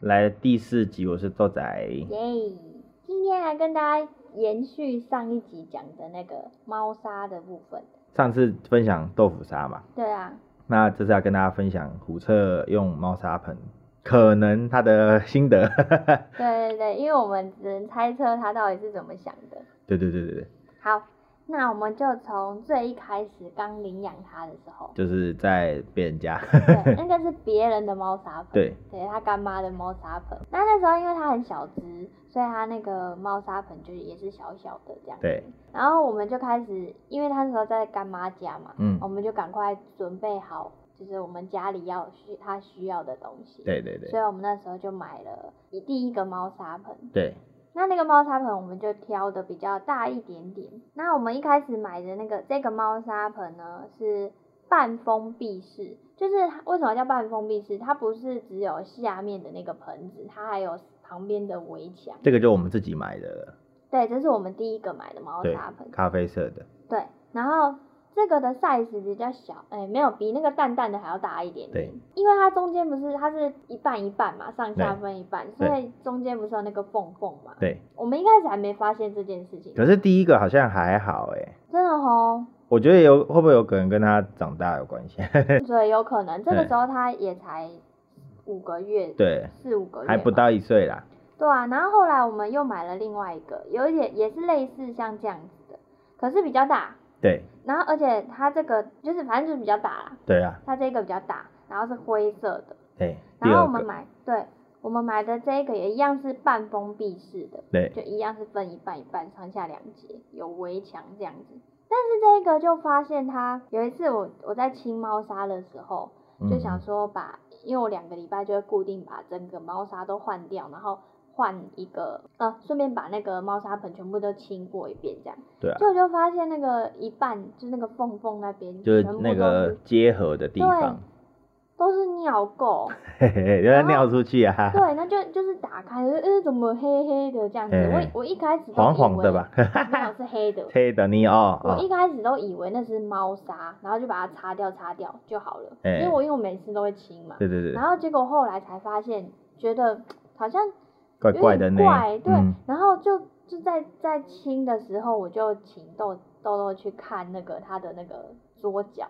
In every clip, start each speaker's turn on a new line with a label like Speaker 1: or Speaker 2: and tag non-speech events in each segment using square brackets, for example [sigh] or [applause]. Speaker 1: 来第四集，我是豆仔。
Speaker 2: 耶、今天来跟大家延续上一集讲的那个猫砂的部分。
Speaker 1: 上次分享豆腐砂嘛，
Speaker 2: 对啊，
Speaker 1: 那这次要跟大家分享虎彻用猫砂盆，可能他的心得。 [laughs]
Speaker 2: 对对对，因为我们只能猜测他到底是怎么想的。
Speaker 1: 对对对对对，，
Speaker 2: 好，那我们就从最一开始刚领养它的时候
Speaker 1: 就是在别人家。 [laughs]
Speaker 2: 对，那个是别人的猫砂盆，
Speaker 1: 对，
Speaker 2: 对他干妈的猫砂盆。那那时候因为它很小只，所以它那个猫砂盆就是也是小小的这样。
Speaker 1: 对。
Speaker 2: 然后我们就开始，因为他那时候在干妈家嘛，
Speaker 1: 嗯
Speaker 2: 我们就赶快准备好，就是我们家里要需他需要的东西。。
Speaker 1: 对对对
Speaker 2: 所以我们那时候就买了一第一个猫砂盆，
Speaker 1: 对，
Speaker 2: 那那个猫砂盆我们就挑的比较大一点点。那我们一开始买的那个这个猫砂盆呢是半封闭式，就是它为什么叫半封闭式？它不是只有下面的那个盆子，它还有旁边的围墙。
Speaker 1: 这个就我们自己买的了，
Speaker 2: 对，这是我们第一个买的猫
Speaker 1: 对
Speaker 2: 砂盆，。
Speaker 1: 咖啡色的，
Speaker 2: 对，然后这个的 size 比较小，哎、没有比那个淡淡的还要大一点点
Speaker 1: 对。
Speaker 2: 因为它中间不是它是一半一半嘛，上下
Speaker 1: 对
Speaker 2: 分一半，
Speaker 1: 对
Speaker 2: 所以中间不是有那个缝缝嘛。
Speaker 1: 对。
Speaker 2: 我们一开始还没发现这件事情，
Speaker 1: 可是第一个好像还好哎、
Speaker 2: 真的哦吼，
Speaker 1: 我觉得有会不会有可能跟他长大有关系？ [laughs]
Speaker 2: 所以有可能这个
Speaker 1: 嗯
Speaker 2: 时候它也才五个月，
Speaker 1: 对，
Speaker 2: 四五个月
Speaker 1: 还不
Speaker 2: 嘛
Speaker 1: 到一岁啦。
Speaker 2: 对啊，然后后来我们又买了另外一个，有一点也是类似像这样子的，可是比较大，
Speaker 1: 对
Speaker 2: 然后而且它这个就是反正就是比较大啦，
Speaker 1: 对啊，
Speaker 2: 它这个比较大，然后是灰色的，
Speaker 1: 对。第
Speaker 2: 然后
Speaker 1: 二
Speaker 2: 我们
Speaker 1: 个，
Speaker 2: 买，对，我们买的这个也一样是半封闭式的，
Speaker 1: 对
Speaker 2: 就一样是分一半一半，上下两节，有围墙这样子。但是这个就发现它有一次我我在清猫砂的时候，就
Speaker 1: 嗯
Speaker 2: 想说把，因为我两个礼拜就会固定把整个猫砂都换掉，然后换一个，呃，顺便把那个猫砂盆全部都清过一遍这样。
Speaker 1: 对啊，
Speaker 2: 结果就发现那个一半就是那个缝缝那边，
Speaker 1: 就是
Speaker 2: 全部
Speaker 1: 那
Speaker 2: 都
Speaker 1: 个
Speaker 2: 是
Speaker 1: 结合的地
Speaker 2: 对
Speaker 1: 方，
Speaker 2: 都是尿垢。
Speaker 1: 嘿嘿嘿，就要尿出去啊，哈哈
Speaker 2: 对，那就就是打开，呃，怎么黑黑的这样子？
Speaker 1: 哎
Speaker 2: 我我一开始都
Speaker 1: [laughs] 黄
Speaker 2: 以
Speaker 1: 黄的
Speaker 2: 为
Speaker 1: 吧
Speaker 2: 没有是黑的。
Speaker 1: 黑的你 [laughs] 哦
Speaker 2: 我一
Speaker 1: 哦，
Speaker 2: 开始都以为那是猫砂，然后就把它擦掉擦掉就好了，因为
Speaker 1: 哎
Speaker 2: 我因为我每次都会清嘛。
Speaker 1: 对对对，
Speaker 2: 然后结果后来才发现，觉得好像
Speaker 1: 怪
Speaker 2: 有
Speaker 1: 怪的
Speaker 2: 点
Speaker 1: 呢
Speaker 2: 怪，对。
Speaker 1: 嗯，
Speaker 2: 然后就就在在清的时候，我就请豆豆豆去看那个它的那个桌角，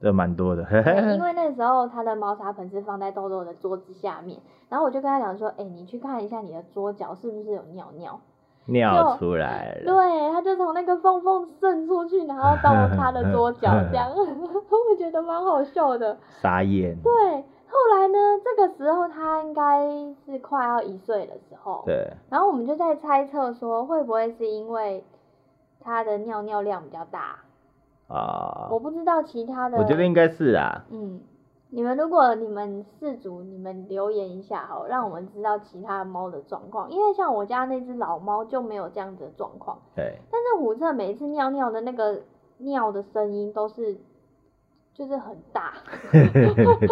Speaker 1: 这蛮多的，嘿嘿 [laughs]
Speaker 2: 对，因
Speaker 1: 嘿
Speaker 2: 为那时候他的猫砂盆是放在豆豆的桌子下面，然后我就跟他讲说，哎、你去看一下你的桌角是不是有尿尿？
Speaker 1: 尿
Speaker 2: 就
Speaker 1: 出来了，
Speaker 2: 对，他就从那个缝缝渗出去，然后到他
Speaker 1: [laughs]
Speaker 2: 的桌角这样， [laughs] 我觉得蛮好笑的。
Speaker 1: 傻眼，
Speaker 2: 对，后来呢，这个时候他应该是快要一岁的时候，
Speaker 1: 对
Speaker 2: 然后我们就在猜测说，会不会是因为他的尿尿量比较大？
Speaker 1: 啊，
Speaker 2: 我不知道其他的，
Speaker 1: 我觉得应该是啊，
Speaker 2: 嗯，你们如果你们四组，你们留言一下好，让我们知道其他猫的状况。因为像我家那只老猫就没有这样子的状况， [laughs]
Speaker 1: 对，
Speaker 2: 但是虎彻每一次尿尿的那个尿的声音都是，就是很大，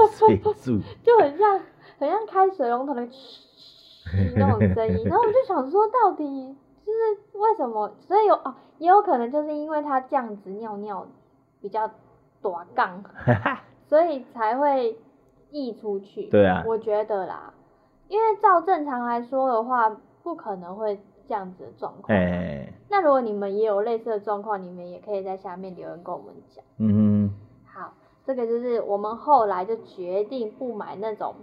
Speaker 1: 水柱，
Speaker 2: 就很像很像开水龙头的那种声音。然后我就想说，到底就是为什么？所以有哦，也有可能就是因为它这样子尿尿比较短杠。
Speaker 1: 哈哈，
Speaker 2: 所以才会溢出去。
Speaker 1: 对啊
Speaker 2: 我觉得啦，因为照正常来说的话，不可能会这样子的状况。
Speaker 1: 哎，
Speaker 2: 那如果你们也有类似的状况，你们也可以在下面留言跟我们讲。
Speaker 1: 嗯哼，
Speaker 2: 好，这个就是我们后来就决定不买那种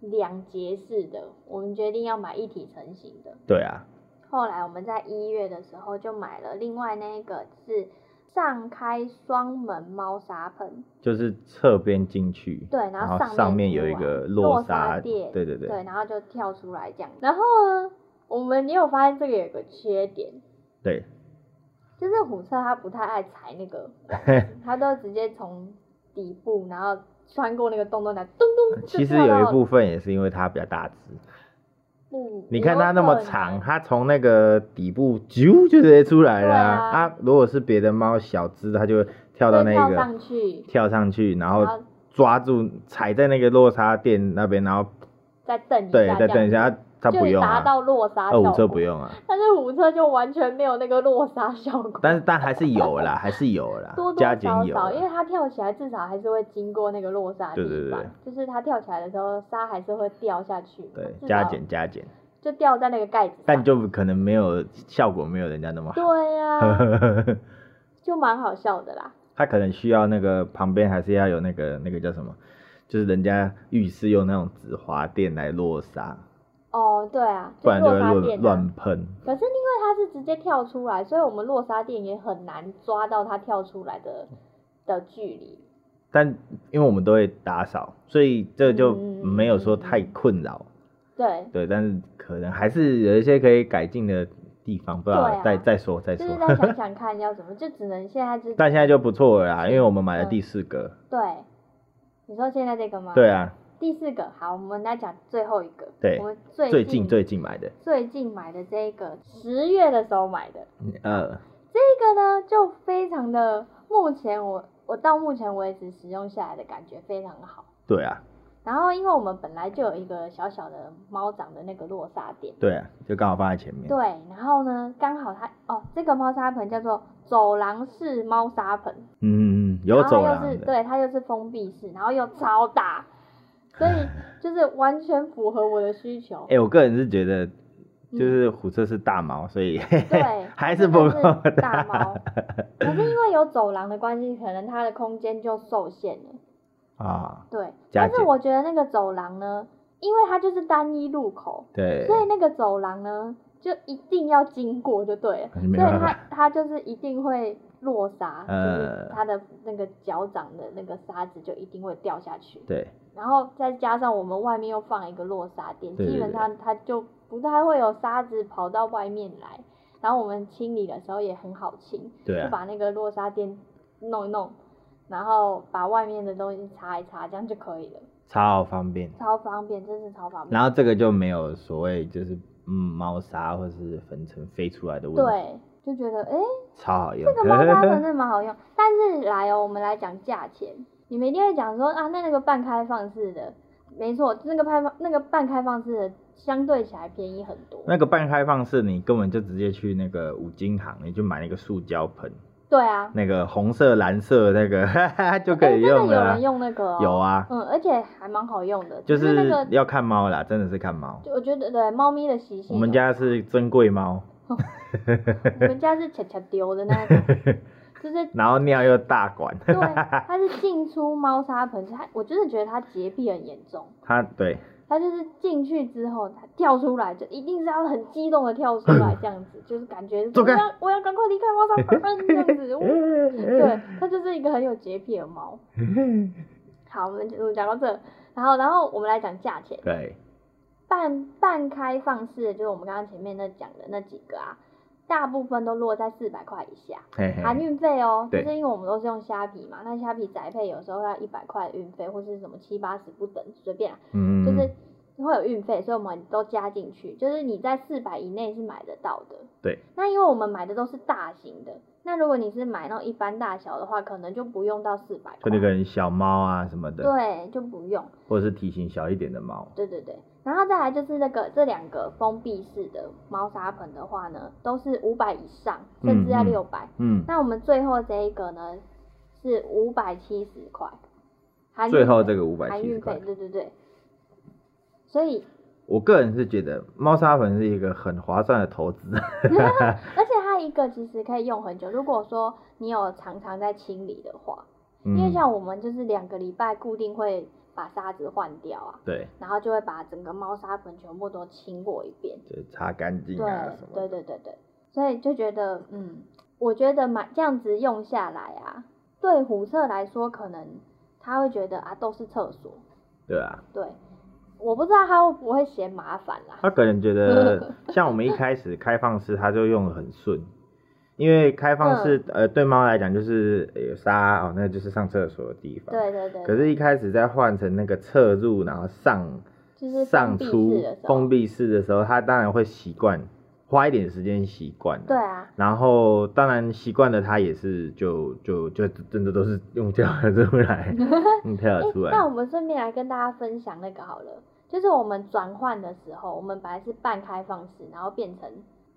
Speaker 2: 两节式的，我们决定要买一体成型的。
Speaker 1: 对啊，
Speaker 2: 后来我们在一月的时候就买了另外那一个是上开双门猫砂盆，
Speaker 1: 就是侧边进去，
Speaker 2: 对，
Speaker 1: 然
Speaker 2: 后
Speaker 1: 后
Speaker 2: 上
Speaker 1: 上面
Speaker 2: 出
Speaker 1: 有一
Speaker 2: 来
Speaker 1: 个
Speaker 2: 落
Speaker 1: 落沙，
Speaker 2: 垫，
Speaker 1: 对对对，
Speaker 2: 然后就跳出来这样。然后呢，我们也有发现这个有个缺点，
Speaker 1: 对，
Speaker 2: 就是虎彻他不太爱踩那个网子，他都直接从底部，然后穿过那个洞洞来，咚咚。
Speaker 1: 呃 [laughs] 其实有一
Speaker 2: 部，
Speaker 1: 部分也是因为它比较大只，
Speaker 2: 嗯
Speaker 1: 你看它那么
Speaker 2: 有可
Speaker 1: 长，
Speaker 2: 能
Speaker 1: 它从那个底部啾就直接出来了
Speaker 2: 对啊
Speaker 1: 啊！如果是别的猫小只，它就会跳到那
Speaker 2: 就跳
Speaker 1: 个
Speaker 2: 上去，
Speaker 1: 跳上去，然
Speaker 2: 然
Speaker 1: 后
Speaker 2: 后
Speaker 1: 抓住踩在那个落沙垫那边，然后
Speaker 2: 再蹬一下，
Speaker 1: 对再等一
Speaker 2: 这样
Speaker 1: 下
Speaker 2: 子，
Speaker 1: 它它
Speaker 2: 就
Speaker 1: 不用
Speaker 2: 达
Speaker 1: 啊，
Speaker 2: 到落沙
Speaker 1: 二
Speaker 2: 效
Speaker 1: 五
Speaker 2: 果。
Speaker 1: 车不用啊，
Speaker 2: 但是五车就完全没有那个落沙效果，
Speaker 1: 但是但还是
Speaker 2: [laughs]
Speaker 1: 有啦，还是有啦，
Speaker 2: 多多
Speaker 1: 加
Speaker 2: 少
Speaker 1: 减有
Speaker 2: 少，因为
Speaker 1: 啦，
Speaker 2: 它跳起来至少还是会经过那个落沙的
Speaker 1: 对对
Speaker 2: 地方，
Speaker 1: 对
Speaker 2: 就是它跳起来的时候沙还是会掉下去嘛，
Speaker 1: 对，
Speaker 2: 至
Speaker 1: 加
Speaker 2: 少
Speaker 1: 减加减，
Speaker 2: 就掉在那个盖子上。
Speaker 1: 但就可能没有效果，没有人家那么好。
Speaker 2: 对
Speaker 1: [laughs]
Speaker 2: 啊呀、就蛮好笑的啦。
Speaker 1: 他可能需要那个旁边还是要有那个那个叫什么，就是人家浴室用那种紫滑垫来落沙，
Speaker 2: 哦，对啊，
Speaker 1: 不然就会
Speaker 2: 落沙
Speaker 1: 乱
Speaker 2: 垫、
Speaker 1: 乱喷。
Speaker 2: 可是因为它是直接跳出来，所以我们落沙垫也很难抓到它跳出来的的距离。
Speaker 1: 但因为我们都会打扫，所以这就
Speaker 2: 嗯
Speaker 1: 没有说太困扰。
Speaker 2: 对，
Speaker 1: 对，但是可能还是有一些可以改进的地方，不知道、
Speaker 2: 对啊
Speaker 1: 再再说再
Speaker 2: 就
Speaker 1: 说
Speaker 2: 是。再想想看要怎么，就只能现在就
Speaker 1: [laughs] 但现在就不错了啦，
Speaker 2: 是嗯
Speaker 1: 因为我们买了第四个。
Speaker 2: 对。你说现在这个吗？。
Speaker 1: 对啊，
Speaker 2: 第四个，好，我们来讲最后一个。
Speaker 1: 对
Speaker 2: 我们最
Speaker 1: 最近最近买的，
Speaker 2: 最近买的这一个，十月的时候买的
Speaker 1: 呃，
Speaker 2: 这个呢，就非常的，目前我我到目前为止使用下来的感觉非常好。
Speaker 1: 对啊，
Speaker 2: 然后，因为我们本来就有一个小小的猫掌的那个落沙点，
Speaker 1: 对啊，就刚好放在前面。
Speaker 2: 对，然后呢，刚好它哦，这个猫砂盆叫做走廊式猫砂盆，
Speaker 1: 嗯，嗯嗯，有
Speaker 2: 然后
Speaker 1: 走
Speaker 2: 它又
Speaker 1: 廊
Speaker 2: 是
Speaker 1: 的，
Speaker 2: 对，它又是封闭式，然后又超大，所
Speaker 1: [laughs]
Speaker 2: 以就是完全符合我的需求
Speaker 1: 哎、。我个人是觉得，就
Speaker 2: 哦嗯
Speaker 1: 是虎彻是大猫，所以
Speaker 2: 对，
Speaker 1: [laughs] 还
Speaker 2: 真
Speaker 1: 是
Speaker 2: 的
Speaker 1: 不够
Speaker 2: 是大猫。
Speaker 1: [laughs]
Speaker 2: 可是因为有走廊的关系，可能它的空间就受限了。
Speaker 1: 啊，
Speaker 2: 对，
Speaker 1: 加
Speaker 2: 但是
Speaker 1: 减
Speaker 2: 我觉得那个走廊呢，因为它就是单一入口，
Speaker 1: 对，
Speaker 2: 所以那个走廊呢，就一定要经过就对了，所
Speaker 1: 那就
Speaker 2: 以
Speaker 1: [laughs] 没办
Speaker 2: 它
Speaker 1: 法
Speaker 2: 它就是一定会落沙，就是
Speaker 1: 呃
Speaker 2: 它的那个脚掌的那个沙子就一定会掉下去，
Speaker 1: 对，
Speaker 2: 然后再加上我们外面又放一个落沙垫，
Speaker 1: 对对
Speaker 2: 基本上它就不太会有沙子跑到外面来，然后我们清理的时候也很好清，
Speaker 1: 对
Speaker 2: 就
Speaker 1: 啊，
Speaker 2: 把那个落沙垫弄一弄，然后把外面的东西擦一擦，这样就可以了，
Speaker 1: 超方便。
Speaker 2: 超方便，真是超方便。
Speaker 1: 然后这个就没有所谓就是嗯猫砂或是粉尘飞出来的问题，
Speaker 2: 对，就觉得哎。诶
Speaker 1: 超好用。
Speaker 2: 这个猫
Speaker 1: [laughs]
Speaker 2: 砂盆真的蛮好用，但是来哦，我们来讲价钱。你们一定会讲说啊，那那个半开放式的，没错，那个开放那个半开放式的相对起来便宜很多。
Speaker 1: 那个半开放式，你根本就直接去那个五金行，你就买那个塑胶盆，
Speaker 2: 对啊，
Speaker 1: 那个红色、蓝色那个 [laughs] 哈哈就可
Speaker 2: 诶
Speaker 1: 以
Speaker 2: 哎哦真的
Speaker 1: 用
Speaker 2: 有
Speaker 1: 了啊、
Speaker 2: 人用那个、哦？
Speaker 1: 有。啊，
Speaker 2: 嗯，而且还蛮好用的，
Speaker 1: 就
Speaker 2: 只是
Speaker 1: 是
Speaker 2: 那个，
Speaker 1: 要看猫啦，真的是看猫。
Speaker 2: 就我觉得对猫咪的习性。
Speaker 1: 我们家是珍贵猫，
Speaker 2: 我们家是恰恰丢的那种，就是
Speaker 1: 然后尿又大管， [laughs]
Speaker 2: 对，它是进出猫砂盆，它我真的觉得它洁癖很严重。
Speaker 1: 它
Speaker 2: [laughs]
Speaker 1: 对
Speaker 2: 他就是进去之后，他跳出来就一定是要很激动的跳出来，这样子，就是感觉
Speaker 1: [laughs] 走
Speaker 2: 我
Speaker 1: 开
Speaker 2: 要我要赶快离开猫砂盆这样
Speaker 1: [laughs]
Speaker 2: 子。我对，它就是一个很有洁癖的猫。好，我们就讲到这，然后然后我们来讲价钱，
Speaker 1: 对，
Speaker 2: 半半开放式的就是我们刚刚前面那讲的那几个啊，大部分都落在四百块以下。
Speaker 1: 嘿
Speaker 2: 含
Speaker 1: 嘿，
Speaker 2: 运费哦，就
Speaker 1: 嗯对
Speaker 2: 是因为我们都是用虾皮嘛，那虾皮宅配有时候要一百块运费或是什么七八十不等，随便啊、
Speaker 1: 嗯，
Speaker 2: 就是会有运费，所以我们都加进去，就是你在四百以内是买得到的。
Speaker 1: 对。
Speaker 2: 那因为我们买的都是大型的，那如果你是买那种一般大小的话，可能就不用到四百
Speaker 1: 就
Speaker 2: 块
Speaker 1: 那。个小猫啊什么的，
Speaker 2: 对，就不用。
Speaker 1: 或者是体型小一点的猫，
Speaker 2: 对对对。然后再来就是那个这两个封闭式的猫砂盆的话呢，都是五百以上，甚至要
Speaker 1: 嗯嗯
Speaker 2: 六百、
Speaker 1: 嗯，
Speaker 2: 那我们最后这一个呢是五百七十块，含
Speaker 1: 最
Speaker 2: 运
Speaker 1: 后
Speaker 2: 费
Speaker 1: 这个五百
Speaker 2: 含
Speaker 1: 七十
Speaker 2: 运
Speaker 1: 块
Speaker 2: 费，，对对对。所
Speaker 1: [laughs]
Speaker 2: 以
Speaker 1: 我个人是觉得猫砂盆是一个很划算的投资， [laughs]
Speaker 2: 而且它一个其实可以用很久，如果说你有常常在清理的话，因为
Speaker 1: 嗯，
Speaker 2: 像我们就是两个礼拜固定会把沙子换掉啊，
Speaker 1: 对，
Speaker 2: 然后就会把整个猫砂盆全部都清过一遍。
Speaker 1: 就擦干净
Speaker 2: 对
Speaker 1: 啊什么
Speaker 2: 对对
Speaker 1: 的，
Speaker 2: 对对，所以就觉得嗯，我觉得买这样子用下来啊，对虎彻来说可能他会觉得啊都是厕所，
Speaker 1: 对啊，
Speaker 2: 对，我不知道他会不会嫌麻烦啦。
Speaker 1: 他可能
Speaker 2: [laughs]
Speaker 1: 觉得像我们一开始开放式，他就用的很顺，因为开放式、
Speaker 2: 嗯
Speaker 1: 呃对猫来讲就是呃有沙哦，那就是上厕所的地方，
Speaker 2: 对对对，
Speaker 1: 可是，一开始在换成那个侧入，然后上
Speaker 2: 就是封
Speaker 1: 上
Speaker 2: 闭式
Speaker 1: 出
Speaker 2: 的时候
Speaker 1: 封闭式的时候，他当然会习惯，花一点时间习惯。
Speaker 2: 对。啊，
Speaker 1: 然后当然习惯了，他也是就就就真的都
Speaker 2: [laughs]
Speaker 1: 是用跳了出来，用跳
Speaker 2: 诶
Speaker 1: 了出来。
Speaker 2: 哎那我们顺便来跟大家分享那个好了，就是我们转换的时候，我们本来是半开放式，然后变成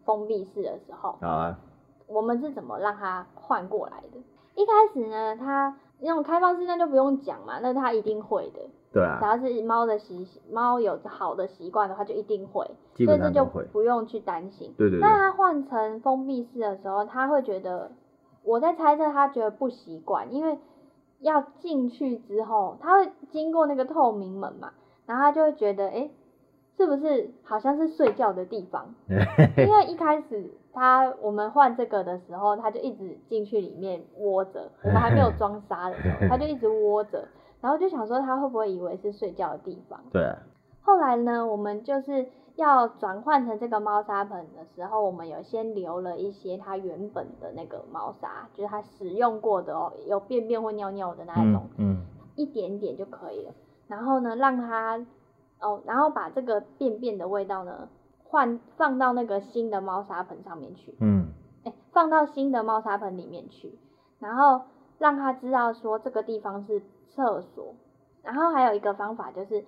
Speaker 2: 封闭式的时候，
Speaker 1: 好啊，
Speaker 2: 我们是怎么让它换过来的？一开始呢，它那种开放式那就不用讲嘛，那它一定会的。
Speaker 1: 对啊
Speaker 2: 只，要是猫的习猫有好的习惯的话，就一定会，
Speaker 1: 基
Speaker 2: 所以
Speaker 1: 本
Speaker 2: 这
Speaker 1: 上
Speaker 2: 就
Speaker 1: 都会。
Speaker 2: 不用去担心。
Speaker 1: 对对对
Speaker 2: 那，它换成封闭式的时候，它会觉得，我在猜测它觉得不习惯，因为要进去之后，它会经过那个透明门嘛，然后它就会觉得，哎、是不是好像是睡觉的地
Speaker 1: [laughs]
Speaker 2: 方？因为一开始它我们换这个的时候，它就一直进去里面窝着，我们还没有装沙的时
Speaker 1: [laughs]
Speaker 2: 候，它就一直窝着，然后就想说它会不会以为是睡觉的地方？
Speaker 1: 对啊，
Speaker 2: 后来呢，我们就是要转换成这个猫砂盆的时候，我们有先留了一些它原本的那个猫砂，就是它使用过的哦，有便便或尿尿的那一种
Speaker 1: 嗯，嗯，
Speaker 2: 一点点就可以了。然后呢，让它哦，然后把这个便便的味道呢，换放到那个新的猫砂盆上面去，
Speaker 1: 嗯，
Speaker 2: 哎，放到新的猫砂盆里面去，然后让它知道说这个地方是厕所。然后还有一个方法就是，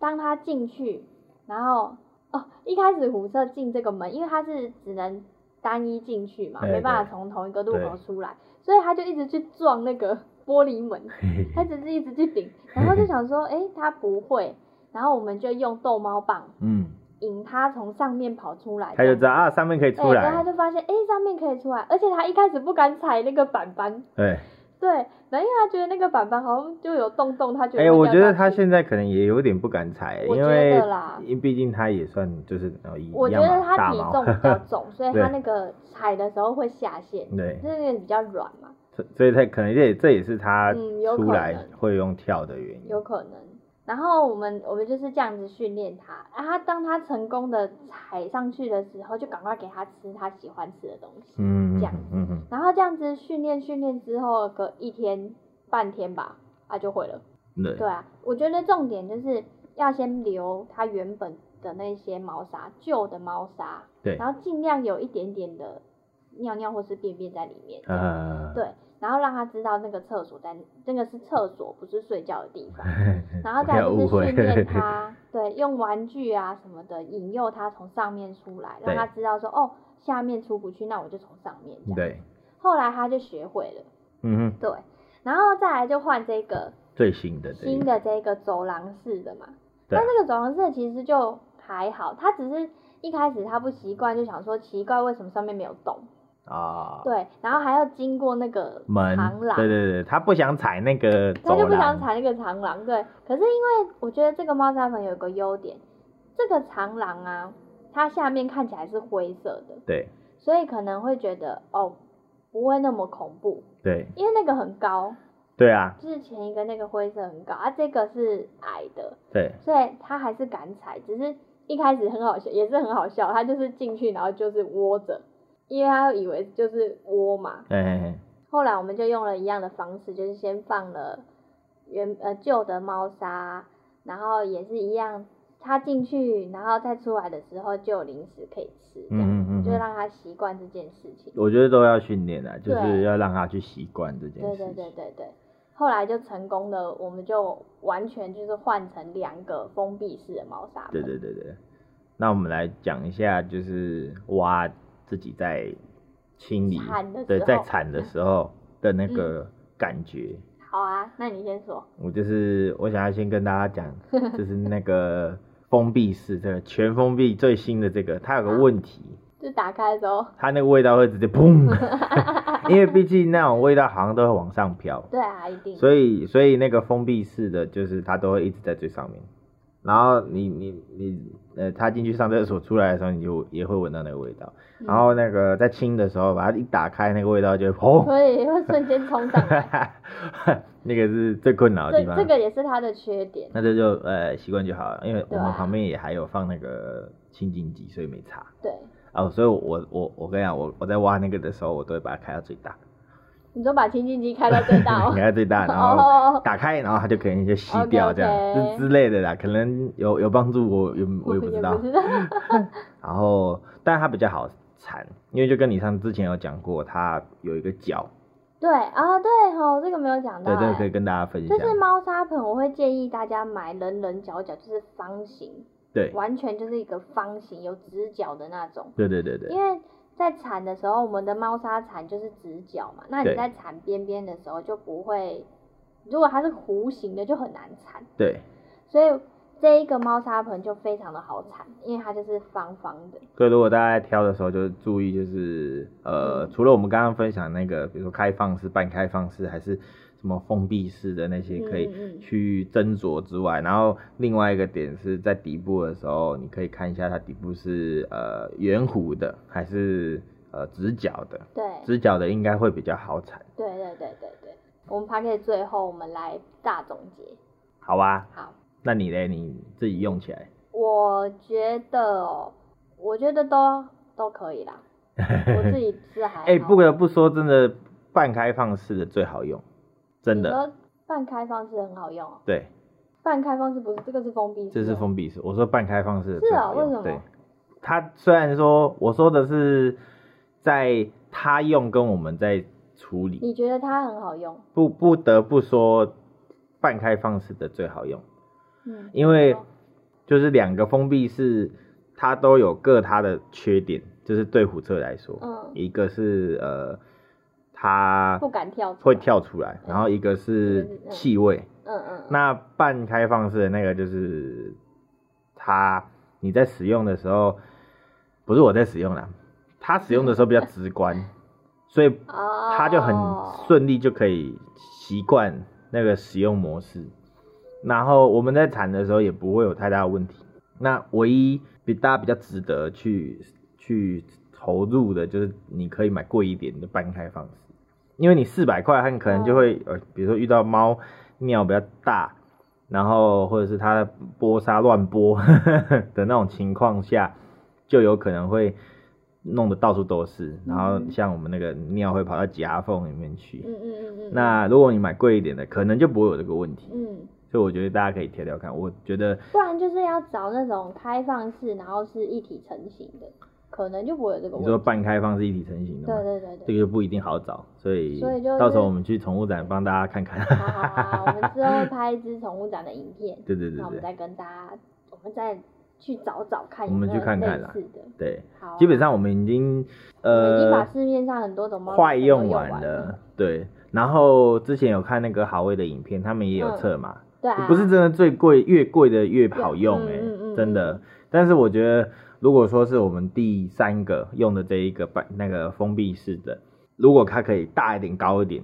Speaker 2: 当它进去，然后哦，一开始虎彻进这个门，因为它是只能单一进去嘛，
Speaker 1: 对
Speaker 2: 没办法
Speaker 1: 哎对
Speaker 2: 从同一个路口
Speaker 1: 对
Speaker 2: 出来，所以它就一直去撞那个 [laughs] 玻璃门，
Speaker 1: 嘿嘿
Speaker 2: 他
Speaker 1: 嘿
Speaker 2: 只是一直去顶，然后就想说，哎、他不会，然后我们就用逗猫棒
Speaker 1: 嗯，
Speaker 2: 引他从上面跑出来，
Speaker 1: 他就知道啊，上面可以
Speaker 2: 这
Speaker 1: 出
Speaker 2: 样，对，然后
Speaker 1: 来，
Speaker 2: 他就发现，哎、上面可以出来，而且他一开始不敢踩那个板板，
Speaker 1: 对，
Speaker 2: 对，然后因为他觉得那个板板好像就有洞洞，他觉得
Speaker 1: 哎，
Speaker 2: 会
Speaker 1: 我
Speaker 2: 掉
Speaker 1: 觉得
Speaker 2: 下
Speaker 1: 他
Speaker 2: 去
Speaker 1: 现在可能也有点不敢踩，
Speaker 2: 我
Speaker 1: 因
Speaker 2: 觉
Speaker 1: 为
Speaker 2: 得啦
Speaker 1: 因为毕竟他也算就是呃一
Speaker 2: 我
Speaker 1: 一
Speaker 2: 觉
Speaker 1: 样
Speaker 2: 得
Speaker 1: 嘛，
Speaker 2: 他
Speaker 1: 大
Speaker 2: 体
Speaker 1: 猫 [laughs]
Speaker 2: 重，比较重，所以他
Speaker 1: 对嗯
Speaker 2: 那个踩的时候会下陷，
Speaker 1: 对，
Speaker 2: 就是那个比较软嘛，
Speaker 1: 所所以他可能这也这也是他
Speaker 2: 嗯有
Speaker 1: 出
Speaker 2: 可
Speaker 1: 来
Speaker 2: 能
Speaker 1: 会用跳的原因
Speaker 2: 有，可能。然后我们我们就是这样子训练它，啊，它当它成功的踩上去的时候，就赶快给它吃它喜欢吃的东西。
Speaker 1: 嗯
Speaker 2: 这
Speaker 1: 嗯
Speaker 2: 样
Speaker 1: 嗯嗯，
Speaker 2: 然后这样子训练训练之后，隔一天半天吧，啊就会了。
Speaker 1: 嗯对
Speaker 2: 对啊，我觉得重点就是要先留它原本的那些猫砂，旧的猫砂，
Speaker 1: 对，
Speaker 2: 然后尽量有一点点的尿尿或是便便在里面。
Speaker 1: 呃，
Speaker 2: 对，然后让它知道那个厕所在，那个是厕所，不是睡觉的地
Speaker 1: [laughs]
Speaker 2: 方。然后
Speaker 1: 不
Speaker 2: 再
Speaker 1: 要
Speaker 2: 就
Speaker 1: 误
Speaker 2: 是
Speaker 1: 会
Speaker 2: 训，练
Speaker 1: [laughs]
Speaker 2: 它，对，用玩具啊什么的引诱它从上面出来，让
Speaker 1: 对
Speaker 2: 它知道说哦，下面出不去，那我就从上面这样。
Speaker 1: 对，
Speaker 2: 后来它就学会了，
Speaker 1: 嗯哼，
Speaker 2: 对，然后再来就换这个
Speaker 1: 最新的这一
Speaker 2: 新的这个走廊式的嘛。
Speaker 1: 对啊
Speaker 2: 但这个走廊式的其实就还好，它只是一开始它不习惯，就想说奇怪为什么上面没有洞，
Speaker 1: 啊
Speaker 2: 对，然后还要经过那个
Speaker 1: 门
Speaker 2: 长，廊
Speaker 1: 对，对对，他不想踩那个
Speaker 2: 他就
Speaker 1: 走
Speaker 2: 不想
Speaker 1: 廊，
Speaker 2: 踩那个长廊，对。可是因为我觉得这个猫砂盆有个优点，这个长廊啊，它下面看起来是灰色的，
Speaker 1: 对
Speaker 2: 所以可能会觉得哦，不会那么恐怖，
Speaker 1: 对
Speaker 2: 因为那个很高，
Speaker 1: 对啊，
Speaker 2: 就是前一个那个灰色很高啊，这个是矮的，
Speaker 1: 对，
Speaker 2: 所以它还是敢踩，只是一开始很好笑，也是很好笑，它就是进去然后就是窝着，因为它以为就是窝嘛，
Speaker 1: 哎哎哎
Speaker 2: 后来我们就用了一样的方式，就是先放了原呃旧的猫砂，然后也是一样插进去，然后再出来的时候就有零食可以吃，这样、
Speaker 1: 嗯嗯嗯
Speaker 2: 就
Speaker 1: 嗯
Speaker 2: 让它习惯这件事情。
Speaker 1: 我觉得都要训练啊，就
Speaker 2: 对
Speaker 1: 是要让他去习惯这件
Speaker 2: 对
Speaker 1: 事情。
Speaker 2: 对对对对，后来就成功的，我们就完全就是换成两个封闭式的猫砂盆。
Speaker 1: 对对对对那我们来讲一下，就是蛙自己在清理
Speaker 2: 铲的时候，嗯
Speaker 1: 对，在铲的时候的那个感觉。
Speaker 2: 好啊，那你先说。
Speaker 1: 我就是我想要先跟大
Speaker 2: [laughs]
Speaker 1: 家讲，就是那个封闭式这个全封闭最新的这个，它有
Speaker 2: 啊
Speaker 1: 个问题，
Speaker 2: 就打开的时候，
Speaker 1: 它那个味道会直接砰， [laughs] 因为毕竟那种味道好像都会往上飘。
Speaker 2: 对啊，一定。
Speaker 1: 所以所以那个封闭式的就是它都会一直在最上面，然后你你你呃，它进去上厕所出来的时候，你就也会闻到那个味道，
Speaker 2: 嗯
Speaker 1: 然后那个在清的时候，把它一打开，那个味道就会砰， [laughs]
Speaker 2: 所以会瞬间冲上来，
Speaker 1: 那个是最困扰的
Speaker 2: 这
Speaker 1: 地方。
Speaker 2: 这个也是它的缺点。
Speaker 1: 那这就呃习惯就好了，因为我
Speaker 2: 对
Speaker 1: 们
Speaker 2: 啊
Speaker 1: 旁边也还有放那个清净剂，所以没擦。
Speaker 2: 对，
Speaker 1: 哦，所以我我我跟你讲，我我在挖那个的时候，我都会把它开到最大，
Speaker 2: 你说把清净机开到最大哦。
Speaker 1: [laughs] 开到
Speaker 2: [laughs]
Speaker 1: 最大，然后
Speaker 2: 哦，
Speaker 1: 打开，然后它就可能就吸掉
Speaker 2: OK，OK
Speaker 1: 这样之之类的啦，可能有有帮助我，也
Speaker 2: 哦
Speaker 1: 我也不知道。然后，但它比较好缠，因为就跟你上之前有讲过，它有一个角，
Speaker 2: [laughs] 对啊，对吼，这个没有讲到、
Speaker 1: 对，
Speaker 2: 欸。
Speaker 1: 这个可以跟大家分享。
Speaker 2: 就是猫砂盆，我会建议大家买棱棱角角，就是方形，
Speaker 1: 对
Speaker 2: 完全就是一个方形，有直角的那种。
Speaker 1: 对对对
Speaker 2: 因
Speaker 1: 对，
Speaker 2: 为在铲的时候，我们的猫砂铲就是直角嘛，那你
Speaker 1: 对
Speaker 2: 在铲边边的时候就不会，如果它是弧形的就很难铲，
Speaker 1: 对，
Speaker 2: 所以这一个猫砂盆就非常的好铲，因为它就是方方的。
Speaker 1: 所以如果大家在挑的时候，就是注意，就是呃，
Speaker 2: 嗯
Speaker 1: 除了我们刚刚分享那个，比如说开放式、半开放式，还是什么封闭式的那些，可以
Speaker 2: 嗯嗯嗯
Speaker 1: 去斟酌之外，然后另外一个点是在底部的时候，你可以看一下它底部是呃圆弧的还是呃直角的，
Speaker 2: 对，
Speaker 1: 直角的应该会比较好铲，
Speaker 2: 对对对对对。我们 p a c k e t 最后我们来大总结，
Speaker 1: 好啊，
Speaker 2: 好。
Speaker 1: 那你嘞，你自己用起来，
Speaker 2: 我觉得哦，我觉得都都可以
Speaker 1: [laughs]
Speaker 2: 啦。我自己是还好
Speaker 1: 哎、不得不说，真的半开放式的最好用，真
Speaker 2: 你
Speaker 1: 的，
Speaker 2: 说半开放式很好用哦，
Speaker 1: 对，
Speaker 2: 半开放式不是这个是封闭式，
Speaker 1: 这是，封闭式，我说半开放式的
Speaker 2: 是
Speaker 1: 最
Speaker 2: 啊
Speaker 1: 好用
Speaker 2: 为什么
Speaker 1: 对，它虽然说我说的是在它用跟我们在处理，
Speaker 2: 你觉得它很好用？
Speaker 1: 不不得不说半开放式的最好用，
Speaker 2: 嗯，
Speaker 1: 因为就是两个封闭式，它都有各它的缺点，就是对虎彻来说，
Speaker 2: 嗯
Speaker 1: 一个是呃它
Speaker 2: 不敢跳，
Speaker 1: 会，跳出来，然后一个是
Speaker 2: 嗯嗯
Speaker 1: 气味。
Speaker 2: 嗯嗯，嗯
Speaker 1: 那半开放式的那个就是它，你在使用的时候，不是我在使用啦，它使用的时候比较直观，所以
Speaker 2: 哦，
Speaker 1: 它就很顺利就可以习惯那个使用模式。然后我们在铲的时候也不会有太大的问题。那唯一比大家比较值得去去投入的就是你可以买贵一点的半开放式，因为你四百块，它可能就会呃，比如说遇到猫尿比较大，然后或者是它波 [laughs] 沙乱拨的那种情况下，就有可能会弄得到处都是，然后像我们那个尿会跑到夹缝里面去。
Speaker 2: 嗯，嗯嗯嗯嗯，
Speaker 1: 那如果你买贵一点的，可能就不会有这个问题。
Speaker 2: 嗯，
Speaker 1: 所以我觉得大家可以挑挑看。我觉得
Speaker 2: 不然就是要找那种开放式，然后是一体成型的，可能就不会有这个
Speaker 1: 你说
Speaker 2: 问题。
Speaker 1: 半开放是一体成型的
Speaker 2: 对
Speaker 1: 嘛，
Speaker 2: 对对对
Speaker 1: 这。个就不一定好找，所以
Speaker 2: 所以就是
Speaker 1: 到时候我们去宠物展帮大家看看。
Speaker 2: 好好好，我们之后会拍一支宠物展的影片，
Speaker 1: 对对对
Speaker 2: 那我们
Speaker 1: 对
Speaker 2: 再跟大家，我们再去找找看有
Speaker 1: 我们
Speaker 2: 没有
Speaker 1: 去看看
Speaker 2: 类
Speaker 1: 啦
Speaker 2: 似的。
Speaker 1: 对，
Speaker 2: 好啊、
Speaker 1: 基本上我们已经
Speaker 2: 我们已经把
Speaker 1: 呃
Speaker 2: 市面上很多种猫
Speaker 1: 快
Speaker 2: 砂盆都用
Speaker 1: 用完
Speaker 2: 了，
Speaker 1: 了，对。然后之前有看那个好味的影片，他们也有
Speaker 2: 嗯
Speaker 1: 测嘛，
Speaker 2: 对啊，
Speaker 1: 不是真的最贵，越贵的越好用哎、
Speaker 2: 嗯嗯嗯嗯
Speaker 1: 真的。但是我觉得，如果说是我们第三个用的这一个半那个封闭式的，如果它可以大一点、高一点，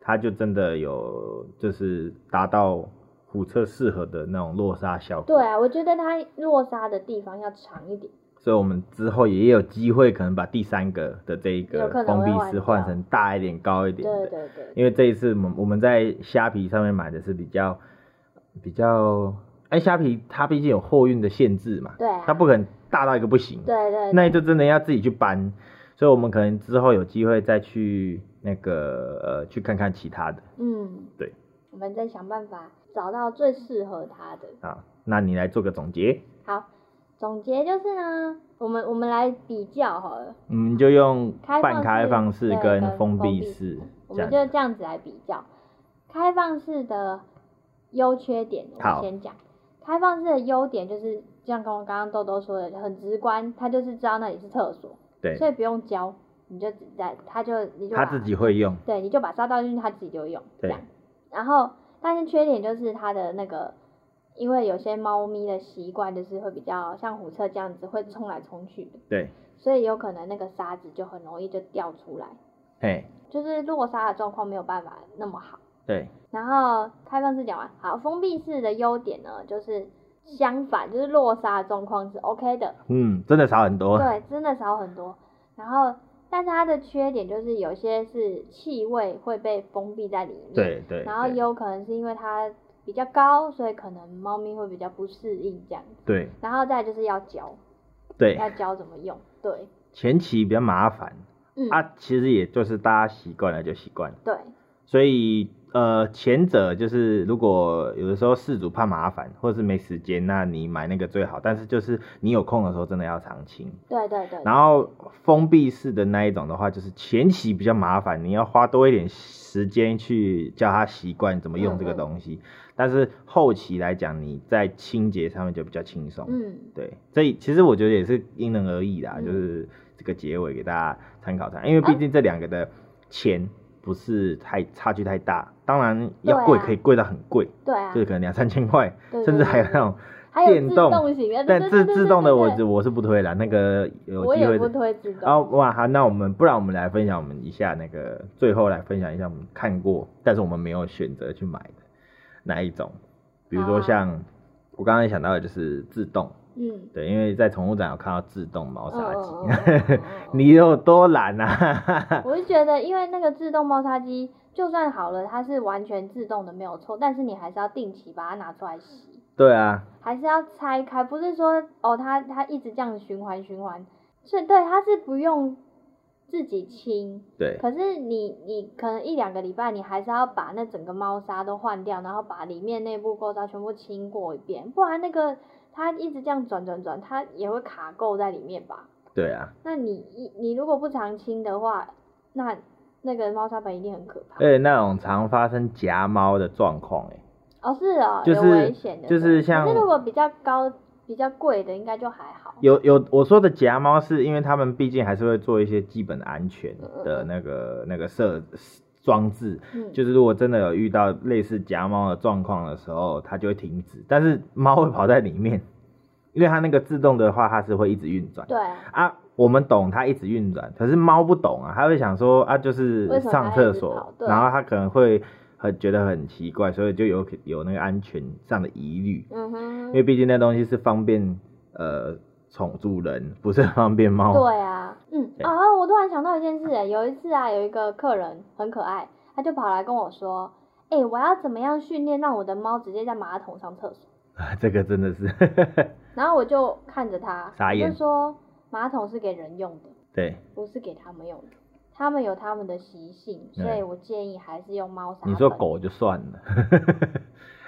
Speaker 1: 它就真的有就是达到虎彻适合的那种落沙效果。
Speaker 2: 对啊，我觉得它落沙的地方要长一点，
Speaker 1: 所以我们之后也有机会可能把第三个的这一
Speaker 2: 有
Speaker 1: 个
Speaker 2: 可能
Speaker 1: 封
Speaker 2: 会
Speaker 1: 闭
Speaker 2: 换
Speaker 1: 式
Speaker 2: 掉
Speaker 1: 换成大一点、高一
Speaker 2: 对
Speaker 1: 点的。
Speaker 2: 对对，
Speaker 1: 因为这一次我们我们在虾皮上面买的是比较比较，哎，虾皮它毕竟有货运的限制嘛，
Speaker 2: 对啊
Speaker 1: 它不可能大到一个不行，
Speaker 2: 对对
Speaker 1: 那
Speaker 2: 对，
Speaker 1: 你就真的要自己去搬，所以我们可能之后有机会再去那个呃去看看其他的
Speaker 2: 嗯，
Speaker 1: 对，
Speaker 2: 我们再想办法找到最适合它的。
Speaker 1: 啊，那你来做个总结，
Speaker 2: 好，总结就是呢，我们我们来比较好了。
Speaker 1: 我们嗯就用
Speaker 2: 开放
Speaker 1: 半
Speaker 2: 式
Speaker 1: 开放式
Speaker 2: 对
Speaker 1: 跟
Speaker 2: 跟封
Speaker 1: 封闭
Speaker 2: 闭
Speaker 1: 式
Speaker 2: 我
Speaker 1: 这
Speaker 2: 们
Speaker 1: 样
Speaker 2: 就
Speaker 1: 子，
Speaker 2: 这样子来比较，开放式的优缺点，我们
Speaker 1: 好
Speaker 2: 先讲。开放式的优点就是，像跟我刚刚豆豆说的，很直观，他就是知道那里是厕所，
Speaker 1: 对
Speaker 2: 所，以不用教，你就只在，他就你就
Speaker 1: 他
Speaker 2: 把
Speaker 1: 自己会用，
Speaker 2: 对，你就把沙倒进去，他自己就会用这
Speaker 1: 对
Speaker 2: 样。然后，但是缺点就是它的那个，因为有些猫咪的习惯就是会比较像虎彻这样子，会冲来冲去的，
Speaker 1: 对，
Speaker 2: 所以有可能那个沙子就很容易就掉出来。
Speaker 1: 嘿，
Speaker 2: 就是落沙的状况没有办法那么好。
Speaker 1: 对，
Speaker 2: 然后开放式讲完，好，封闭式的优点呢，就是相反，就是落沙的状况是 OK 的，
Speaker 1: 嗯，真的少很多，
Speaker 2: 对，真的少很多。然后，但是它的缺点就是有些是气味会被封闭在里面，，
Speaker 1: 对对，
Speaker 2: 然后也
Speaker 1: 对
Speaker 2: 有可能是因为它比较高，所以可能猫咪会比较不适应这样。
Speaker 1: 对
Speaker 2: 然后再就是要教，
Speaker 1: 对，
Speaker 2: 要教怎么用，对，
Speaker 1: 前期比较麻烦。
Speaker 2: 嗯，
Speaker 1: 啊啊，其实也就是大家习惯了就习惯了，
Speaker 2: 对，
Speaker 1: 所以呃，前者就是如果有的时候事主怕麻烦或者是没时间，那你买那个最好。但是就是你有空的时候，真的要常清。
Speaker 2: 对对对，
Speaker 1: 然后封闭式的那一种的话，就是前期比较麻烦，你要花多一点时间去教他习惯怎么用这
Speaker 2: 嗯
Speaker 1: 个东西。但是后期来讲，你在清洁上面就比较轻松。
Speaker 2: 嗯，
Speaker 1: 对，所以其实我觉得也是因人而异啦，
Speaker 2: 嗯啊
Speaker 1: 就是这个结尾给大家参考参考，因为毕竟这两个的钱不是太差距太大，当然要贵
Speaker 2: 对啊
Speaker 1: 可以贵到很贵，
Speaker 2: 对啊
Speaker 1: 就，是可能两三千块，
Speaker 2: 对
Speaker 1: 甚至还有
Speaker 2: 对
Speaker 1: 那种
Speaker 2: 还有
Speaker 1: 电
Speaker 2: 自
Speaker 1: 动
Speaker 2: 动型的，对
Speaker 1: 但
Speaker 2: 对
Speaker 1: 自
Speaker 2: 对对
Speaker 1: 自
Speaker 2: 对
Speaker 1: 动的
Speaker 2: 对
Speaker 1: 我
Speaker 2: 对
Speaker 1: 是我是不推啦，那个有
Speaker 2: 我
Speaker 1: 机
Speaker 2: 也
Speaker 1: 会
Speaker 2: 不。推自动。
Speaker 1: 啊哇好，那我们不然我们来分享我们一下那个最后来分享一下我们看过，但是我们没有选择去买的哪一种，比如
Speaker 2: 好
Speaker 1: 说
Speaker 2: 啊
Speaker 1: 像、我刚才想到的就是自动，
Speaker 2: 嗯，
Speaker 1: 对，因为在宠物展有看到自动猫砂机，
Speaker 2: 嗯嗯嗯嗯嗯
Speaker 1: [laughs] 你有多懒啊？ [laughs]
Speaker 2: 我是觉得，因为那个自动猫砂机就算好了，它是完全自动的没有错，但是你还是要定期把它拿出来洗，
Speaker 1: 对啊，
Speaker 2: 还是要拆开，不是说哦它它一直这样循环循环，是对它是不用自己清，
Speaker 1: 对
Speaker 2: 可是你你可能一两个礼拜你还是要把那整个猫砂都换掉，然后把里面内部构造全部清过一遍，不然那个它一直这样转转转，它也会卡垢在里面吧。
Speaker 1: 对啊，
Speaker 2: 那你一你如果不常清的话，那那个猫砂盆一定很可怕。
Speaker 1: 而且那种常发生夹猫的状况、欸，
Speaker 2: 哦，是哦，
Speaker 1: 就
Speaker 2: 有
Speaker 1: 是
Speaker 2: 危险的，
Speaker 1: 就是像
Speaker 2: 可是如果比较高、比较贵的，应该就还好。
Speaker 1: 有有我说的夹猫是因为他们毕竟还是会做一些基本的安全的那个那个设装置，
Speaker 2: 嗯，
Speaker 1: 就是如果真的有遇到类似夹猫的状况的时候，它就会停止，但是猫会跑在里面，因为它那个自动的话，它是会一直运转。
Speaker 2: 对啊，
Speaker 1: 啊，我们懂它一直运转，可是猫不懂啊，它会想说啊，就是
Speaker 2: 为什么它
Speaker 1: 上厕
Speaker 2: 一直跑
Speaker 1: 所，
Speaker 2: 对
Speaker 1: 然后它可能会很觉得很奇怪，所以就有有那个安全上的疑虑，
Speaker 2: 嗯
Speaker 1: 因
Speaker 2: 哼，
Speaker 1: 为毕竟那东西是方便呃宠主人，不是方便猫。
Speaker 2: 对啊，嗯
Speaker 1: 哦对
Speaker 2: 啊，我突然想到一件事，哎有一次啊，有一个客人很可爱，他就跑来跟我说，哎、我要怎么样训练让我的猫直接在马桶上厕所？
Speaker 1: [laughs] 这个真的是 [laughs]
Speaker 2: 然后我就看着他，
Speaker 1: 傻眼
Speaker 2: 我就说马桶是给人用的。
Speaker 1: 对，
Speaker 2: 不是给他们用的，他们有他们的习性，
Speaker 1: 对
Speaker 2: 所以我建议还是用猫砂。
Speaker 1: 你说，狗就算了， [laughs]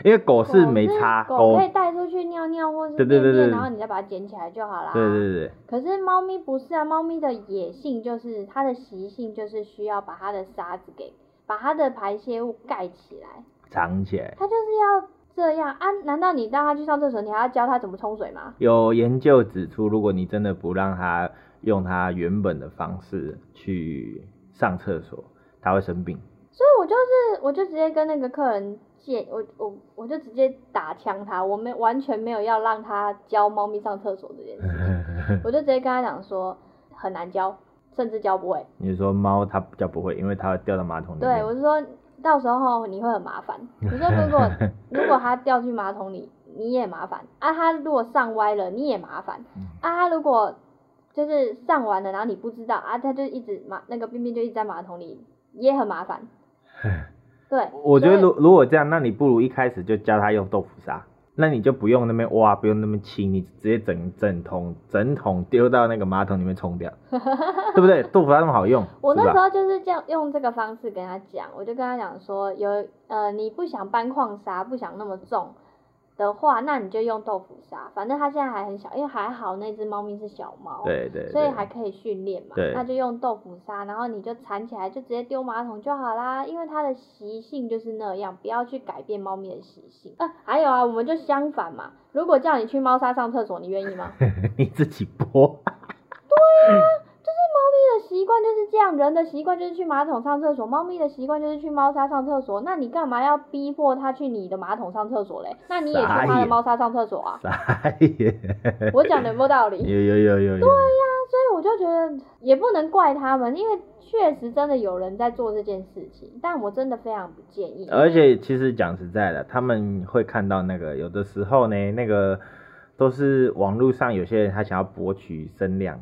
Speaker 1: 因为狗是没差，
Speaker 2: 狗
Speaker 1: 狗
Speaker 2: 可以带出去尿尿或是
Speaker 1: 对
Speaker 2: 便
Speaker 1: 对
Speaker 2: 便，
Speaker 1: 对对
Speaker 2: 然后你再把它捡起来就好啦。
Speaker 1: 对对对
Speaker 2: 可是猫咪不是啊，猫咪的野性就是它的习性就是需要把它的沙子给把它的排泄物盖起来，
Speaker 1: 藏起来。
Speaker 2: 它就是要这样啊？难道你让它去上厕所，你还要教它怎么冲水吗？
Speaker 1: 有研究指出，如果你真的不让它用它原本的方式去上厕所，它会生病。
Speaker 2: 所以我就是，我就直接跟那个客人借，我我我就直接打枪他，我没完全没有要让他教猫咪上厕所这件事情，我就直接跟他讲说很难教，甚至教不会。
Speaker 1: 你说猫它比较不会，因为它会掉到马桶里面。
Speaker 2: 对，我是说到时候你会很麻
Speaker 1: [laughs]
Speaker 2: 烦。你说如果如果它掉进马桶里，你也麻烦啊；它如果上歪了，你也麻烦
Speaker 1: 嗯
Speaker 2: 啊。它如果就是上完了，然后你不知道啊，它就一直马那个便便就一直在马桶里，也很麻烦。对，
Speaker 1: 我觉得
Speaker 2: 所以
Speaker 1: 如如果这样，那你不如一开始就教它用豆腐砂，那你就不用那边挖，不用那么清，你直接整整桶整桶丢到那个马桶里面
Speaker 2: [laughs]
Speaker 1: 冲掉，对不对？豆腐砂那么好用，
Speaker 2: 我那
Speaker 1: 是吧
Speaker 2: 时候就是这样用这个方式跟他讲，我就跟他讲说，有呃你不想搬矿砂，不想那么重的话，那你就用豆腐砂，反正它现在还很小，因为还好那只猫咪是小猫，
Speaker 1: 对对对，
Speaker 2: 所以还可以训练嘛
Speaker 1: 对，
Speaker 2: 那就用豆腐砂，然后你就缠起来，就直接丢马桶就好啦，因为它的习性就是那样，不要去改变猫咪的习性。呃，还有啊，我们就相反嘛，如果叫你去猫砂上厕所，你愿意吗？ [laughs]
Speaker 1: 你自己剥。 [laughs]
Speaker 2: 猫咪的习惯就是这样，人的习惯就是去马桶上厕所，猫咪的习惯就是去猫砂上厕所。那你干嘛要逼迫它去你的马桶上厕所嘞？那你也去
Speaker 1: 傻
Speaker 2: 它的
Speaker 1: 眼？
Speaker 2: 猫砂上厕所啊
Speaker 1: [laughs] 傻眼，
Speaker 2: 我讲的有没有道理？
Speaker 1: 有有有有有，
Speaker 2: 所以我就觉得也不能怪他们，因为确实真的有人在做这件事情，但我真的非常不建议。
Speaker 1: 而且其实讲实在的，他们会看到那个有的时候呢，那个都是网络上有些人他想要博取声量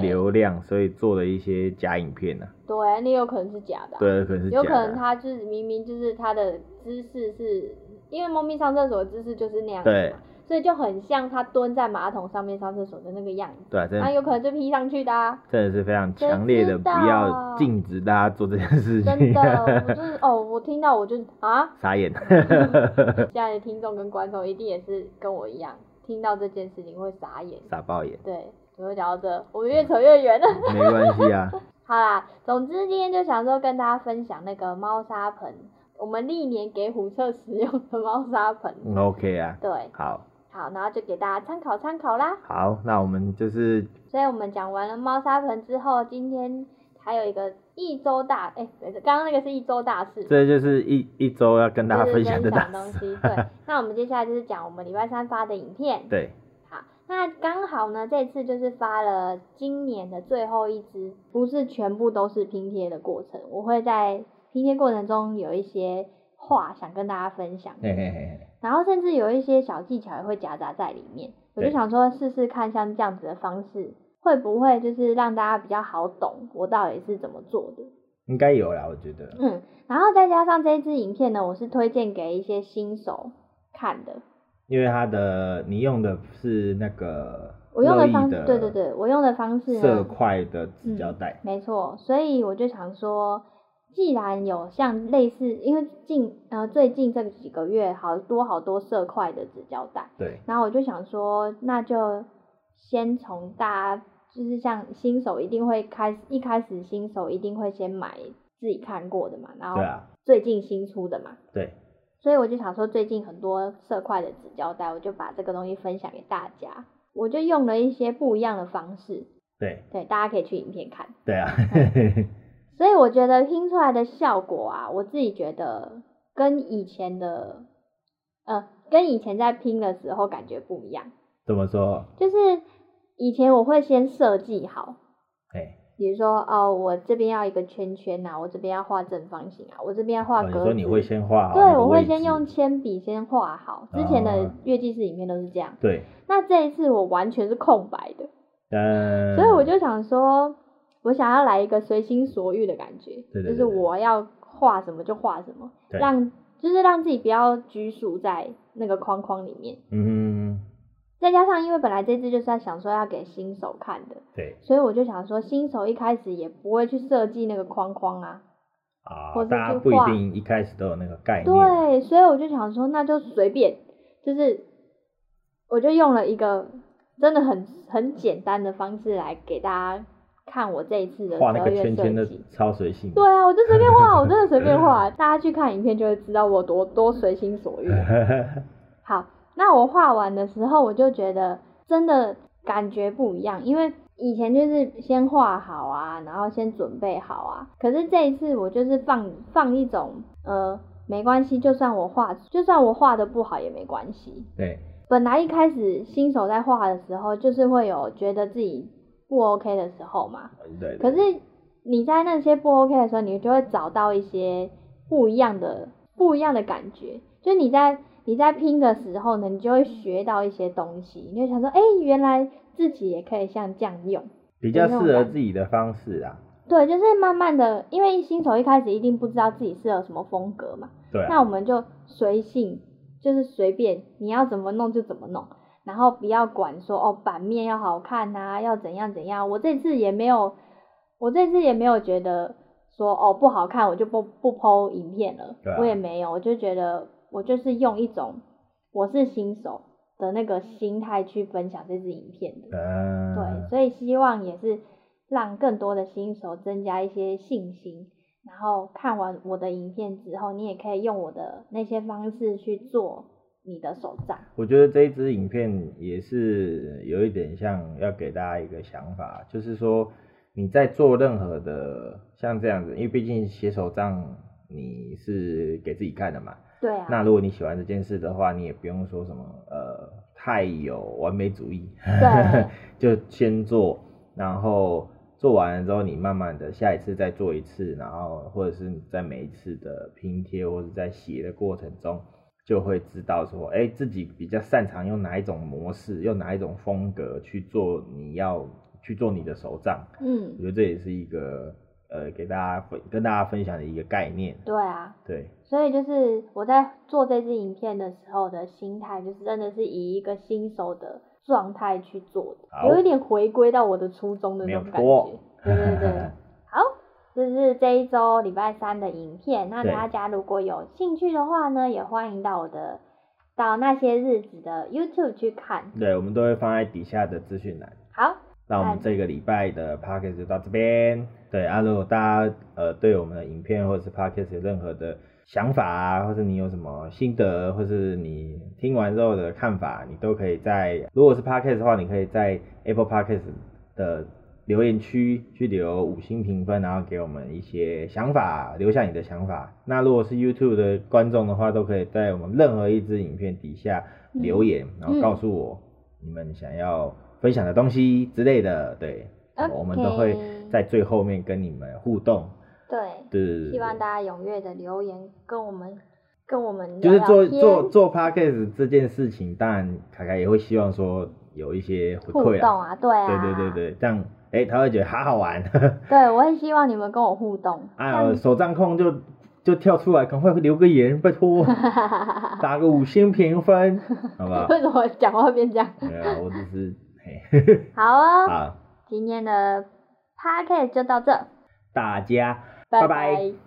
Speaker 2: 对，
Speaker 1: 流量，所以做了一些假影片呢、啊。
Speaker 2: 对，那有可能是假的啊、
Speaker 1: 对，可能是假
Speaker 2: 有
Speaker 1: 的
Speaker 2: 可
Speaker 1: 啊、
Speaker 2: 能它就是明明就是它的姿势是，因为猫咪上厕所的姿势就是那样子
Speaker 1: 对
Speaker 2: 嘛，所以就很像他蹲在马桶上面上厕所的那个样子，
Speaker 1: 对啊，真
Speaker 2: 那、
Speaker 1: 的
Speaker 2: 有可能就 P 上去的啊。
Speaker 1: [laughs] 真的是非常强烈的
Speaker 2: 知
Speaker 1: 不
Speaker 2: 道
Speaker 1: 要禁止大家做这件事
Speaker 2: 真
Speaker 1: 情，
Speaker 2: 的，我就是哦，我听到我就啊，
Speaker 1: [laughs] 傻眼。 [laughs]
Speaker 2: 现在的听众跟观众一定也是跟我一样，听到这件事情会傻眼。
Speaker 1: 傻爆眼，
Speaker 2: 对，怎么会讲到这？我们越扯越远了。
Speaker 1: 没关系啊，
Speaker 2: [laughs] 好啦，总之今天就想说跟大家分享那个猫砂盆，我们历年给虎彻使用的猫砂盆。
Speaker 1: 嗯，OK 啊，
Speaker 2: 对，
Speaker 1: 好，
Speaker 2: 好，然后就给大家参考参考啦。
Speaker 1: 好，那我们就是
Speaker 2: 所以我们讲完了猫砂盆之后，今天还有一个一周大，哎、刚刚那个是一周大事，
Speaker 1: 这就是一一周要跟大家
Speaker 2: 就是
Speaker 1: 分享的大
Speaker 2: 东
Speaker 1: 事，
Speaker 2: 西。对，那我们接下来就是讲我们礼拜三发的影片。
Speaker 1: 对，
Speaker 2: 好，那刚好呢，这次就是发了今年的最后一支，不是全部都是拼贴的过程，我会在拼贴过程中有一些话想跟大家分享，
Speaker 1: 嘿嘿嘿嘿，
Speaker 2: 然后甚至有一些小技巧也会夹杂在里面。我就
Speaker 1: 对
Speaker 2: 想说试试看，像这样子的方式，会不会就是让大家比较好懂我到底是怎么做的？
Speaker 1: 应该有啦，我觉得，
Speaker 2: 嗯，然后再加上这支影片呢，我是推荐给一些新手看的。
Speaker 1: 因为它的你用的是那个
Speaker 2: 我用
Speaker 1: 乐
Speaker 2: 的
Speaker 1: 意
Speaker 2: 方
Speaker 1: 的
Speaker 2: 对对啊嗯对，我用的方式呢，
Speaker 1: 色块的纸胶带，
Speaker 2: 没错，所以我就想说，既然有像类似，因为近呃最近这几个月好多好多色块的纸胶带，
Speaker 1: 对，
Speaker 2: 然后我就想说，那就先从大家就是像新手一定会开一开始新手一定会先买自己看过的嘛，然后
Speaker 1: 对啊，
Speaker 2: 最近新出的嘛。
Speaker 1: 对，
Speaker 2: 所以我就想说，最近很多色块的纸胶带，我就把这个东西分享给大家。我就用了一些不一样的方式，
Speaker 1: 对，
Speaker 2: 对，大家可以去影片看。
Speaker 1: 对啊，
Speaker 2: 嗯所以我觉得拼出来的效果啊，我自己觉得跟以前的，呃，跟以前在拼的时候感觉不一样。
Speaker 1: 怎么说？
Speaker 2: 就是以前我会先设计好，
Speaker 1: 哎，
Speaker 2: 比如说哦，我这边要一个圈圈呐、我这边要画正方形啊，我这边要画
Speaker 1: 哦
Speaker 2: 格
Speaker 1: 你
Speaker 2: 子。
Speaker 1: 说你会先画好
Speaker 2: 对
Speaker 1: 那个，
Speaker 2: 我
Speaker 1: 位
Speaker 2: 会先
Speaker 1: 置
Speaker 2: 用，铅笔先画好。之前的
Speaker 1: 哦
Speaker 2: 月记式影片都是这样，
Speaker 1: 对，
Speaker 2: 那这一次我完全是空白的，
Speaker 1: 嗯，
Speaker 2: 所以我就想说，我想要来一个随心所欲的感觉，
Speaker 1: 对对
Speaker 2: 就是
Speaker 1: 对对
Speaker 2: 我要画什么就画什么，
Speaker 1: 对
Speaker 2: 让就是让自己不要拘束在那个框框里面。
Speaker 1: 嗯哼，
Speaker 2: 再加上，因为本来这支就是在想说要给新手看的，
Speaker 1: 对
Speaker 2: 所以我就想说，新手一开始也不会去设计那个框框啊。
Speaker 1: 啊
Speaker 2: 或，是
Speaker 1: 大
Speaker 2: 去
Speaker 1: 家不一
Speaker 2: 画
Speaker 1: 定一开始都有那个概念，
Speaker 2: 对，所以我就想说，那就随便，就是我就用了一个真的很很简单的方式来给大家看我这一次的
Speaker 1: 画
Speaker 2: 十二
Speaker 1: 那个
Speaker 2: 月
Speaker 1: 圈
Speaker 2: 设
Speaker 1: 圈的
Speaker 2: 计。
Speaker 1: 超随性，
Speaker 2: 对啊，我就随便画，我真的随便画，大家去看影片就会知道我多多随心所欲。
Speaker 1: 哎
Speaker 2: 好，那我画完的时候，我就觉得真的感觉不一样，因为以前就是先画好啊，然后先准备好啊，可是这一次我就是放放一种呃，没关系，就算我画，就算我画的不好也没关系。
Speaker 1: [laughs] 对，
Speaker 2: 本来一开始新手在画的时候，就是会有觉得自己不 OK 的时候嘛，
Speaker 1: 对，
Speaker 2: 可是你在那些不 OK 的时候，你就会找到一些不一样的、不一样的感觉。就是你在你在拼的时候呢，你就会学到一些东西，你就想说，哎、原来自己也可以像这样用。
Speaker 1: 比
Speaker 2: 那
Speaker 1: 较适
Speaker 2: 种
Speaker 1: 合
Speaker 2: 感
Speaker 1: 自己的方式啊，
Speaker 2: 对，就是慢慢的，因为新手一开始一定不知道自己适合什么风格嘛，
Speaker 1: 对啊，
Speaker 2: 那我们就随性，就是随便，你要怎么弄就怎么弄，然后不要管说哦版面要好看呐、要怎样怎样。我这次也没有，我这次也没有觉得说哦不好看，我就不不剖影片了，
Speaker 1: 对啊
Speaker 2: 我也没有，我就觉得我就是用一种我是新手的那个心态去分享这支影片的，
Speaker 1: 嗯，
Speaker 2: 对，所以希望也是让更多的新手增加一些信心，然后看完我的影片之后，你也可以用我的那些方式去做你的手账。
Speaker 1: 我觉得这一支影片也是有一点像要给大家一个想法，就是说你在做任何的像这样子，因为毕竟写手账你是给自己看的嘛。
Speaker 2: 对啊，
Speaker 1: 那如果你喜欢这件事的话，你也不用说什么呃太有完美主义， [laughs]
Speaker 2: 对
Speaker 1: 就先做，然后做完了之后，你慢慢的下一次再做一次，然后或者是你在每一次的拼贴或者在写的过程中，就会知道说，哎、自己比较擅长用哪一种模式，用哪一种风格去做你要去做你的手账，
Speaker 2: 嗯
Speaker 1: 我觉得这也是一个呃给大家分跟大家分享的一个概念。
Speaker 2: 对啊，
Speaker 1: 对，
Speaker 2: 所以就是我在做这支影片的时候的心态，就是真的是以一个新手的状态去做
Speaker 1: 好
Speaker 2: 的，有一点回归到我的初衷的那种感
Speaker 1: 没有错
Speaker 2: 觉。对对对，好，这是这一周礼拜三的影片。那
Speaker 1: 对
Speaker 2: 大家如果有兴趣的话呢，也欢迎到我的到那些日子的 YouTube 去看。
Speaker 1: [laughs] 对，我们都会放在底下的资讯栏。
Speaker 2: 好，
Speaker 1: 那我们
Speaker 2: 嗯
Speaker 1: 这个礼拜的 podcast 就到这边。对啊，如果大家呃对我们的影片或者是 podcast 有任何的想法啊，或是你有什么心得，或是你听完之后的看法，你都可以在如果是 podcast 的话，你可以在 Apple podcast 的留言区去留五星评分，然后给我们一些想法，留下你的想法。那如果是 YouTube 的观众的话，都可以在我们任何一支影片底下留言，然后告诉
Speaker 2: 嗯
Speaker 1: 我你们想要分享的东西之类的，对
Speaker 2: OK
Speaker 1: 我们都会在最后面跟你们互动，
Speaker 2: 对，
Speaker 1: 对对对对
Speaker 2: 希望大家踊跃的留言跟我们跟我们
Speaker 1: 就
Speaker 2: 聊
Speaker 1: 是
Speaker 2: 聊
Speaker 1: 做
Speaker 2: 天
Speaker 1: 做做 podcast 这件事情，当然凯凯也会希望说有一些回
Speaker 2: 互
Speaker 1: 馈
Speaker 2: 动
Speaker 1: 啊，
Speaker 2: 啊，对啊，
Speaker 1: 对对对对，这样哎、他会觉得好好玩， [laughs]
Speaker 2: 对，我也希望你们跟我互动。
Speaker 1: 啊，我手账控就就跳出来，赶快留个言，拜
Speaker 2: [laughs]
Speaker 1: 托，打个五星评分，好不好？
Speaker 2: [laughs] 为什么讲话会变这样？
Speaker 1: 没有啊，我只是啊嘿，
Speaker 2: 好哦，
Speaker 1: 好，
Speaker 2: 今天的 podcast 就到这，
Speaker 1: 大家拜拜
Speaker 2: 拜